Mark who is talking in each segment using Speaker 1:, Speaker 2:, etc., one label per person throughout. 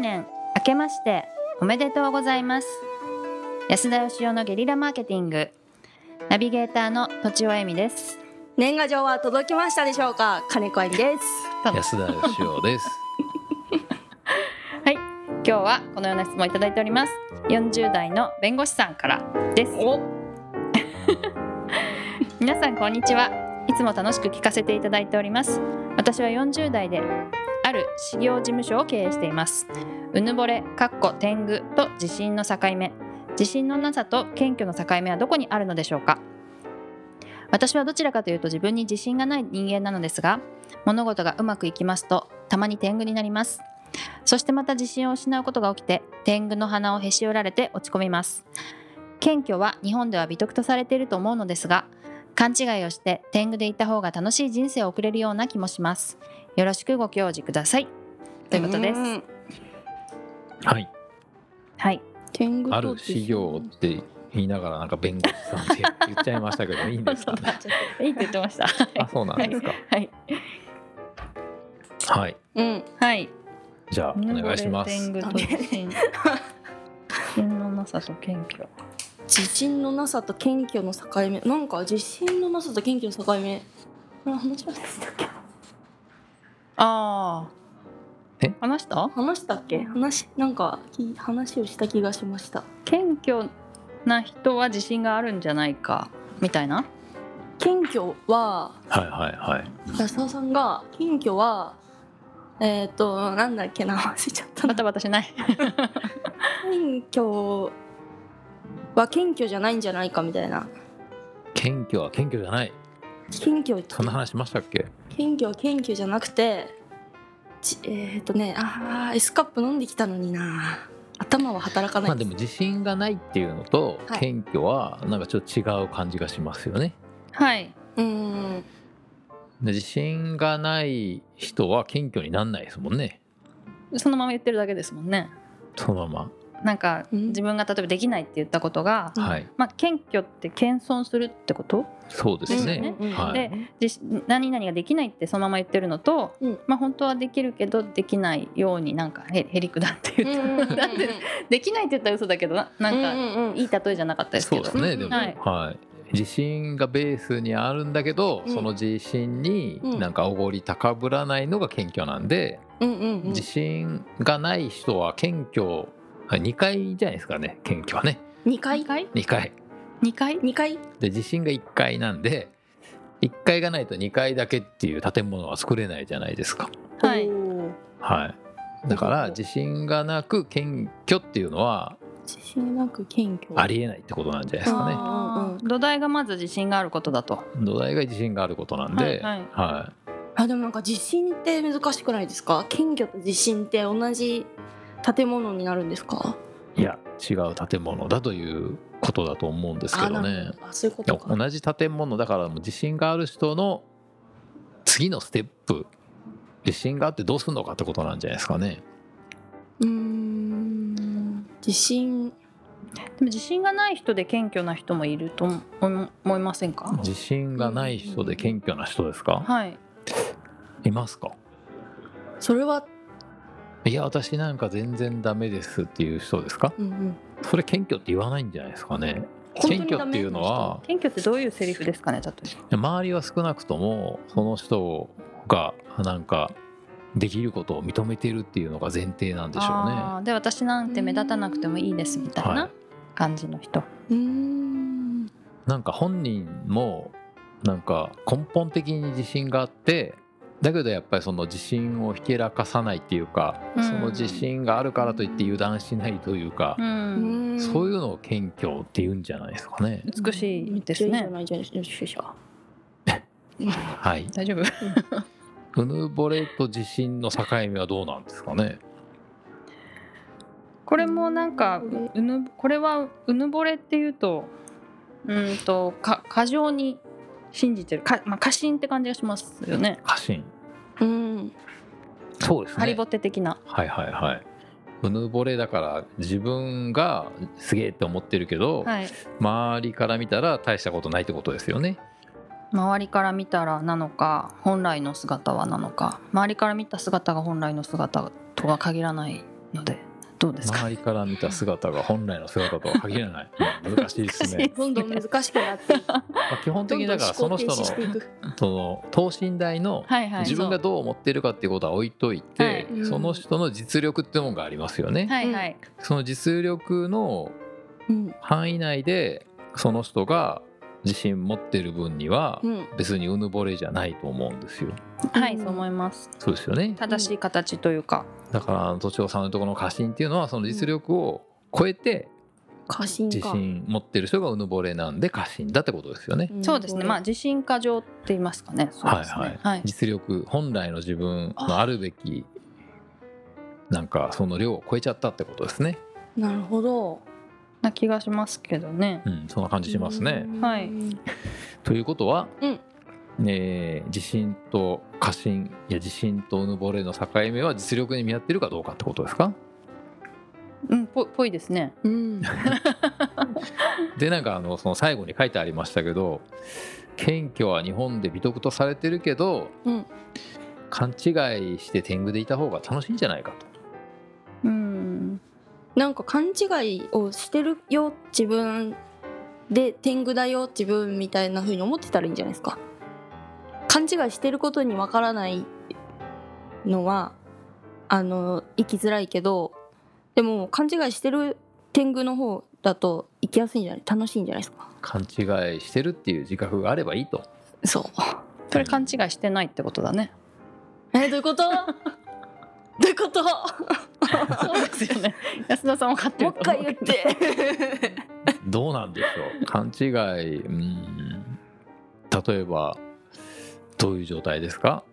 Speaker 1: 明けましておめでとうございます安田義雄のゲリラマーケティングナビゲーターのとちおえみです
Speaker 2: 年賀状は届きましたでしょうか金子愛理です
Speaker 3: 安田義雄です。
Speaker 1: はい今日はこのような質問をいただいております40代の弁護士さんからです
Speaker 2: お
Speaker 1: 皆さんこんにちはいつも楽しく聞かせていただいております私は40代である事業事務所を経営していますうぬぼれかっこ天狗と自信の境目自信のなさと謙虚の境目はどこにあるのでしょうか私はどちらかというと自分に自信がない人間なのですが物事がうまくいきますとたまに天狗になりますそしてまた自信を失うことが起きて天狗の鼻をへし折られて落ち込みます謙虚は日本では美徳とされていると思うのですが勘違いをして天狗でいた方が楽しい人生を送れるような気もしますよろしくご教示くださいということです
Speaker 2: うん
Speaker 3: はい。
Speaker 1: はい
Speaker 2: 天狗と
Speaker 3: ある資料って言いながらなんか弁護士さんって言っちゃいましたけどいいん ですかね。
Speaker 1: いいって言ってました
Speaker 3: あ、そうなんですか。
Speaker 1: はい
Speaker 3: はい。
Speaker 2: うん
Speaker 1: はい
Speaker 3: じゃあお願いしま
Speaker 1: 天
Speaker 3: す。
Speaker 1: 狗と自信自信のなさと謙虚
Speaker 2: 自信のなさと謙虚の境目なんか自信のなさと謙虚の境目これ話しましたっけ
Speaker 1: ああ
Speaker 3: え
Speaker 1: 話した
Speaker 2: 話したっけ話なんかき話をした気がしました
Speaker 1: 謙虚な人は自信があるんじゃないかみたいな
Speaker 2: 謙虚は
Speaker 3: はいはいはい。
Speaker 2: 安田さんが謙虚はえっ、ー、となんだっけな忘れちゃったな
Speaker 1: バタバタしない
Speaker 2: 謙虚は謙虚じゃないんじゃないかみたいな
Speaker 3: 謙虚は謙虚じゃない。
Speaker 2: 謙虚って
Speaker 3: そんな話しましたっけ？
Speaker 2: 謙虚は謙虚じゃなくてちえーっ、とねあー S カップ飲んできたのにな頭は働かない
Speaker 3: まあでも自信がないっていうのと
Speaker 2: はい
Speaker 3: 謙虚はなんかちょっと違う感じがしますよね。
Speaker 1: はいう
Speaker 2: ーん
Speaker 3: で自信がない人は謙虚になんないですもんね。
Speaker 1: そのまま言ってるだけですもんね
Speaker 3: そのま
Speaker 1: なんか
Speaker 2: うん
Speaker 1: 自分が例えばできないって言ったことが、
Speaker 3: ま。はい。
Speaker 1: まあ、謙虚って謙遜するってこと
Speaker 3: そう
Speaker 2: で
Speaker 3: で
Speaker 2: すすね
Speaker 3: ね。はい
Speaker 1: で自何々ができないってそのまま言ってるのと、
Speaker 2: うん
Speaker 1: まあ、本当はできるけどできないようになんかへへりくだって言 った、だってできないって言ったら嘘だけどななんか、いい例えじゃなかったですけ
Speaker 3: そう
Speaker 1: ど
Speaker 3: ですね、でも、
Speaker 1: は
Speaker 3: はいい、自信がベースにあるんだけど、
Speaker 2: うん
Speaker 3: その自信に
Speaker 2: うん
Speaker 3: なんかおごり高ぶらないのが謙虚なんで、
Speaker 2: うんうんうん
Speaker 3: 自信がない人は謙虚2回じゃないですかね謙虚はね
Speaker 2: 2回
Speaker 1: 2回
Speaker 3: 2回
Speaker 1: 2回
Speaker 2: 2回
Speaker 3: で自信が1回なんで1回がないと2回だけっていう建物は作れないじゃないですか
Speaker 1: はい
Speaker 2: おー
Speaker 3: はいだから自信がなく謙虚っていうのは
Speaker 2: 自信なく謙虚
Speaker 3: ありえないってことなんじゃないですかね
Speaker 1: あー土台がまず自信があることだと
Speaker 3: 土台が自信があることなんで
Speaker 1: はいはい
Speaker 3: はい
Speaker 2: あでもなんか自信って難しくないですか謙虚と自信って同じ建物になるんですか
Speaker 3: いや違う建物だということだと思うんですけ
Speaker 2: あ
Speaker 3: ど
Speaker 2: な
Speaker 3: ね
Speaker 2: るほどあそういうこ
Speaker 3: いや
Speaker 2: とか
Speaker 3: 同じ建物だからもう自信がある人の次のステップ自信があってどうするのかってことなんじゃないですかね
Speaker 2: うーん自信
Speaker 1: でも自信がない人で謙虚な人もいると思思いませんか、
Speaker 3: 自信がない人で謙虚な人ですか
Speaker 1: はい
Speaker 3: いますか
Speaker 2: それはい
Speaker 3: や私なんか全然ダメですっていう人ですか
Speaker 2: うんうん
Speaker 3: それ謙虚って言わないんじゃないですかね
Speaker 2: 本当
Speaker 3: 謙
Speaker 2: に
Speaker 3: 虚っていうのは
Speaker 1: 謙虚ってどういうセリフですかね例えば
Speaker 3: 周りは少なくともその人がなんかできることを認めているっていうのが前提なんでしょうね。
Speaker 1: あーで私なんて目立たなくてもいいですみたい
Speaker 3: は
Speaker 1: な感じの人、
Speaker 2: うーん
Speaker 3: い、なんか本人もなんか根本的に自信があってだけどやっぱりその自信をひけらかさないっていうか、
Speaker 1: うん
Speaker 3: その自信があるからといって油断しないというか
Speaker 1: う、
Speaker 2: うんーん
Speaker 3: そういうのを謙虚っていうんじゃないですかね。
Speaker 1: 美しいですね
Speaker 2: めっちゃいいじゃないじゃない
Speaker 3: はい、
Speaker 1: 大丈夫
Speaker 3: うぬぼれと自信の境目はどうなんですかね。
Speaker 1: これもなんかうぬこれはうぬぼれっていうとうんとか過剰に信じてるか、まあ、過信って感じがしますよね
Speaker 3: 過信。
Speaker 2: うん
Speaker 3: そうですね。
Speaker 1: ハリボテ的な、
Speaker 3: はいはいはい。うぬぼれだから自分がすげえって思ってるけど、
Speaker 1: はい、
Speaker 3: 周りから見たら大したことないってことですよね。
Speaker 1: 周りから見たらなのか本来の姿はなのか周りから見た姿が本来の姿とは限らないのでどうですか
Speaker 3: 周りから見た姿が本来の姿とは限ら ないまあ難しいですね、
Speaker 2: どんどん難しくなっていく
Speaker 3: まあ、基本
Speaker 2: ど
Speaker 3: 的
Speaker 2: ん
Speaker 3: に
Speaker 2: ど
Speaker 3: だ
Speaker 2: ん
Speaker 3: からそ
Speaker 2: 思
Speaker 3: の
Speaker 2: 考停
Speaker 3: 人
Speaker 2: 止
Speaker 3: の
Speaker 2: していく
Speaker 3: その等身大の
Speaker 1: はいはい
Speaker 3: 自分がどう思ってるかっていうことは置いといて、
Speaker 1: はい
Speaker 2: うん
Speaker 3: その人の実力ってものがありますよね、
Speaker 1: はいはい
Speaker 3: その実力の
Speaker 2: うん
Speaker 3: 範囲内でその人が自信持ってる分には
Speaker 2: うん
Speaker 3: 別にうぬぼれじゃないと思うんですよ
Speaker 1: はいそう思います
Speaker 3: そうですよね
Speaker 1: 正しい形というか
Speaker 3: だから都庁さんのところの過信っていうのはその実力を超えて
Speaker 2: 過信
Speaker 3: 自
Speaker 2: か
Speaker 3: 信持ってる人がうぬぼれなんで過信だってことですよね、
Speaker 1: そうですねまあ自信過剰って言いますかねそう
Speaker 3: は
Speaker 1: で
Speaker 3: い
Speaker 1: すね
Speaker 3: はい、実力本来の自分のあるべきなんかその量を超えちゃったってことですね
Speaker 2: なるほど
Speaker 1: な気がしますけどね
Speaker 3: うんそんな感じしますね
Speaker 2: うん
Speaker 1: はい
Speaker 3: ということは、
Speaker 2: うん
Speaker 3: えー自信と過信いや自信とうぬぼれの境目は実力に見合ってるかどうかってことですか
Speaker 1: うんぽぽいですね
Speaker 2: うん
Speaker 3: でなんかあのその最後に書いてありましたけど謙虚は日本で美徳とされてるけど、
Speaker 2: うん
Speaker 3: 勘違いして天狗でいた方が楽しいんじゃないかと。
Speaker 1: うん
Speaker 2: なんか勘違いをしてるよ自分で天狗だよ自分みたいな風に思ってたらいいんじゃないですか勘違いしてることにわからないのはあの生きづらいけどでも勘違いしてる天狗の方だと生きやすいんじゃない楽しいんじゃないですか
Speaker 3: 勘違いしてるっていう自覚があればいいと。
Speaker 2: そう
Speaker 1: それ勘違いしてないってことだね
Speaker 2: えどういうこと どういうことも
Speaker 1: そうですよね 安田さんも勝ってる
Speaker 2: う一回言って
Speaker 3: どうなんでしょう。勘違い、うん、例えばどういう状態ですか。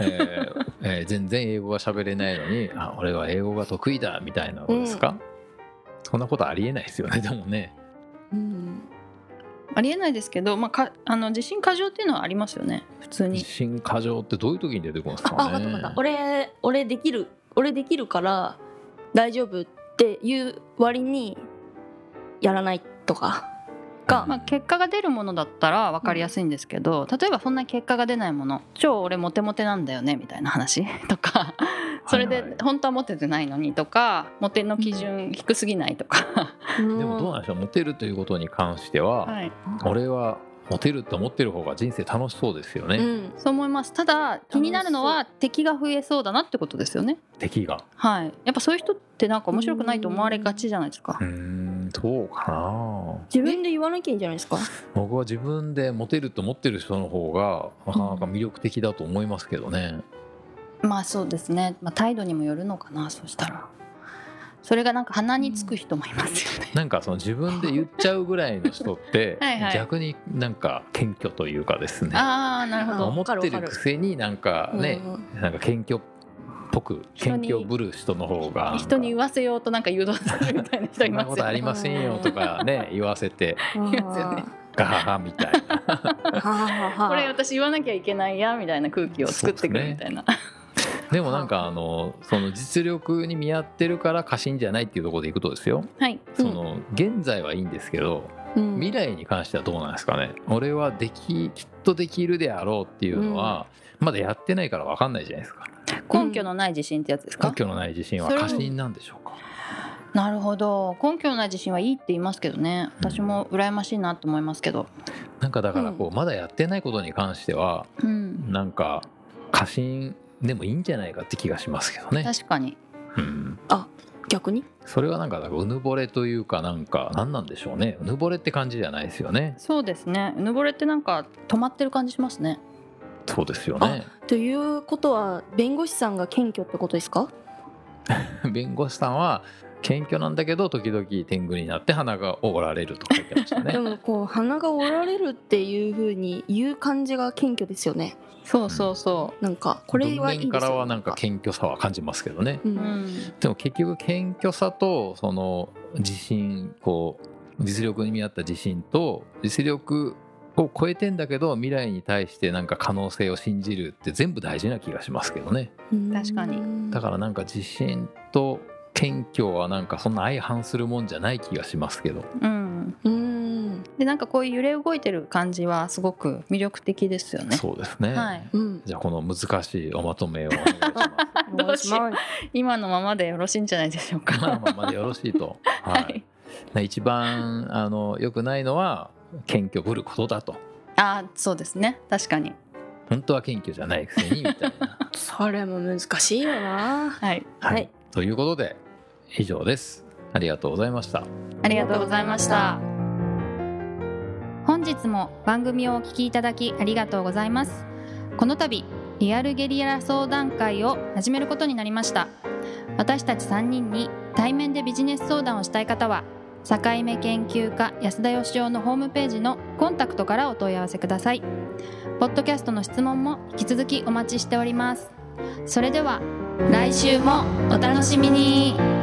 Speaker 3: えーえー全然英語が喋れないのに、あ、俺は英語が得意だみたいなことですか。そんなことありえないですよね。 でもね。
Speaker 2: うん
Speaker 1: ありえないですけど、まあ、かあの自信過剰っていうのはありますよね普通に
Speaker 3: 自信過剰ってどういう時に出てくるんですかね。
Speaker 2: あ、分かった分かった。俺俺できる俺できるから大丈夫っていう割にやらないとかが、
Speaker 1: まあ、結果が出るものだったら分かりやすいんですけど、例えばそんな結果が出ないもの超俺モテモテなんだよねみたいな話とかそれ
Speaker 3: はい
Speaker 1: で本当はモテてないのにとかモテの基準低すぎないとか、
Speaker 2: うん
Speaker 3: でもどうなんでしょうモテるということに関しては、
Speaker 1: はい、
Speaker 3: 俺はモテると思ってる方が人生楽しそうですよね、
Speaker 2: うん
Speaker 1: そう思いますただ気になるのは敵が増えそうだなってことですよね
Speaker 3: 敵が
Speaker 1: はいやっぱそういう人ってなんか面白くないと思われがちじゃないですか
Speaker 3: うーんどうかな
Speaker 2: 自分で言わなきゃいいんじゃないですか。
Speaker 3: 僕は自分でモテると思ってる人の方がなかなか魅力的だと思いますけどね、
Speaker 1: まあそうですね、まあ、態度にもよるのかなそしたらそれがなんか鼻につく人もいますよね、
Speaker 3: なんかその自分で言っちゃうぐらいの人って
Speaker 1: はいはい
Speaker 3: 逆になんか謙虚というかですね
Speaker 1: ああなるほど
Speaker 3: 思ってるくせになんかね、
Speaker 2: うん
Speaker 3: なんか謙虚っぽく
Speaker 1: 人
Speaker 3: 謙
Speaker 1: に
Speaker 3: 虚ぶる人の方がなんか
Speaker 1: 人に言わせようとなんか誘導するみたいな人い
Speaker 3: そんな
Speaker 1: ま
Speaker 3: こ
Speaker 1: す
Speaker 3: と
Speaker 1: よ
Speaker 3: あり
Speaker 1: ね。
Speaker 3: ませんよとかね言わせて
Speaker 1: ますよね
Speaker 3: ガハハみたい な
Speaker 2: あーはあはあはあ
Speaker 1: これ私言わなきゃいけないやみたいな空気を作ってくるみたいな。
Speaker 3: でもなんかあのその実力に見合ってるから過信じゃないっていうところでいくとですよ
Speaker 1: はい。
Speaker 3: その現在はいいんですけど
Speaker 2: うん
Speaker 3: 未来に関してはどうなんですかね俺はでききっとできるであろうっていうのはまだやってないから分かんないじゃないですか
Speaker 1: 根拠のない自信ってやつです
Speaker 3: 根
Speaker 1: か。
Speaker 3: 拠のない自信は
Speaker 1: それ
Speaker 3: 過信なんでしょうか
Speaker 1: なるほど。根拠のない自信はいいって言いますけどね。私も羨ましいなと思いますけど。
Speaker 3: なんかだからこうまだやってないことに関しては
Speaker 1: うん。
Speaker 3: なんか過信でもいいんじゃないかって気がしますけどね、
Speaker 1: 確かに。
Speaker 3: うん、
Speaker 2: 逆に
Speaker 3: それはなんかだからうぬぼれというかなんか何なんでしょうねうぬぼれって感じじゃないですよね
Speaker 1: そうですね。うぬぼれってなんか止まってる感じしますね。
Speaker 3: そうですよね
Speaker 2: ということは弁護士さんが謙虚ってことですか？
Speaker 3: 弁護士さんは謙虚なんだけど時々天狗になって鼻が折られると書いてまし た
Speaker 2: で
Speaker 3: ね
Speaker 2: もこう鼻が折られるっていう風に言う感じが謙虚ですよね。
Speaker 1: そうそうそ
Speaker 2: なんかこれはいいです
Speaker 3: 文
Speaker 2: よ。
Speaker 3: 面からはなんか謙虚さは感じますけどね
Speaker 2: う
Speaker 1: う。うんん。
Speaker 3: でも結局謙虚さとその自信こう実力に見合った自信と実力を超えてんだけど未来に対してなんか可能性を信じるって全部大事な気がしますけどね
Speaker 2: うん
Speaker 1: 確かに
Speaker 3: だからなんか自信と謙虚はなんかそんな相反するもんじゃない気がしますけど
Speaker 1: うん。
Speaker 2: うん
Speaker 1: でなんかこういう揺れ動いてる感じはすごく魅力的ですよね。
Speaker 3: そうですね、
Speaker 1: はい。
Speaker 2: うん。
Speaker 3: じゃあこの難しいおまとめをお願いします
Speaker 2: わ
Speaker 1: どうしよう
Speaker 2: お願いします
Speaker 1: 今のままでよろしいんじゃないでしょうか。
Speaker 3: 今のままでよろしいと、は
Speaker 1: はいい。
Speaker 3: ね一番あの良くないのは謙虚ぶることだと
Speaker 1: ああ、そうですね。確かに。
Speaker 3: 本当は謙虚じゃないくせにみたいな。
Speaker 2: それも難しいよな
Speaker 1: はい。
Speaker 3: はい、
Speaker 2: はい
Speaker 3: ということで以上ですありがとうございました
Speaker 1: ありがとうございました。本日も番組をお聞きいただきありがとうございます。この度、リアルゲリラ相談会を始めることになりました。私たち3人に対面でビジネス相談をしたい方は、境目研究家安田義雄のホームページのコンタクトからお問い合わせください。ポッドキャストの質問も引き続きお待ちしております。それでは、来週もお楽しみに。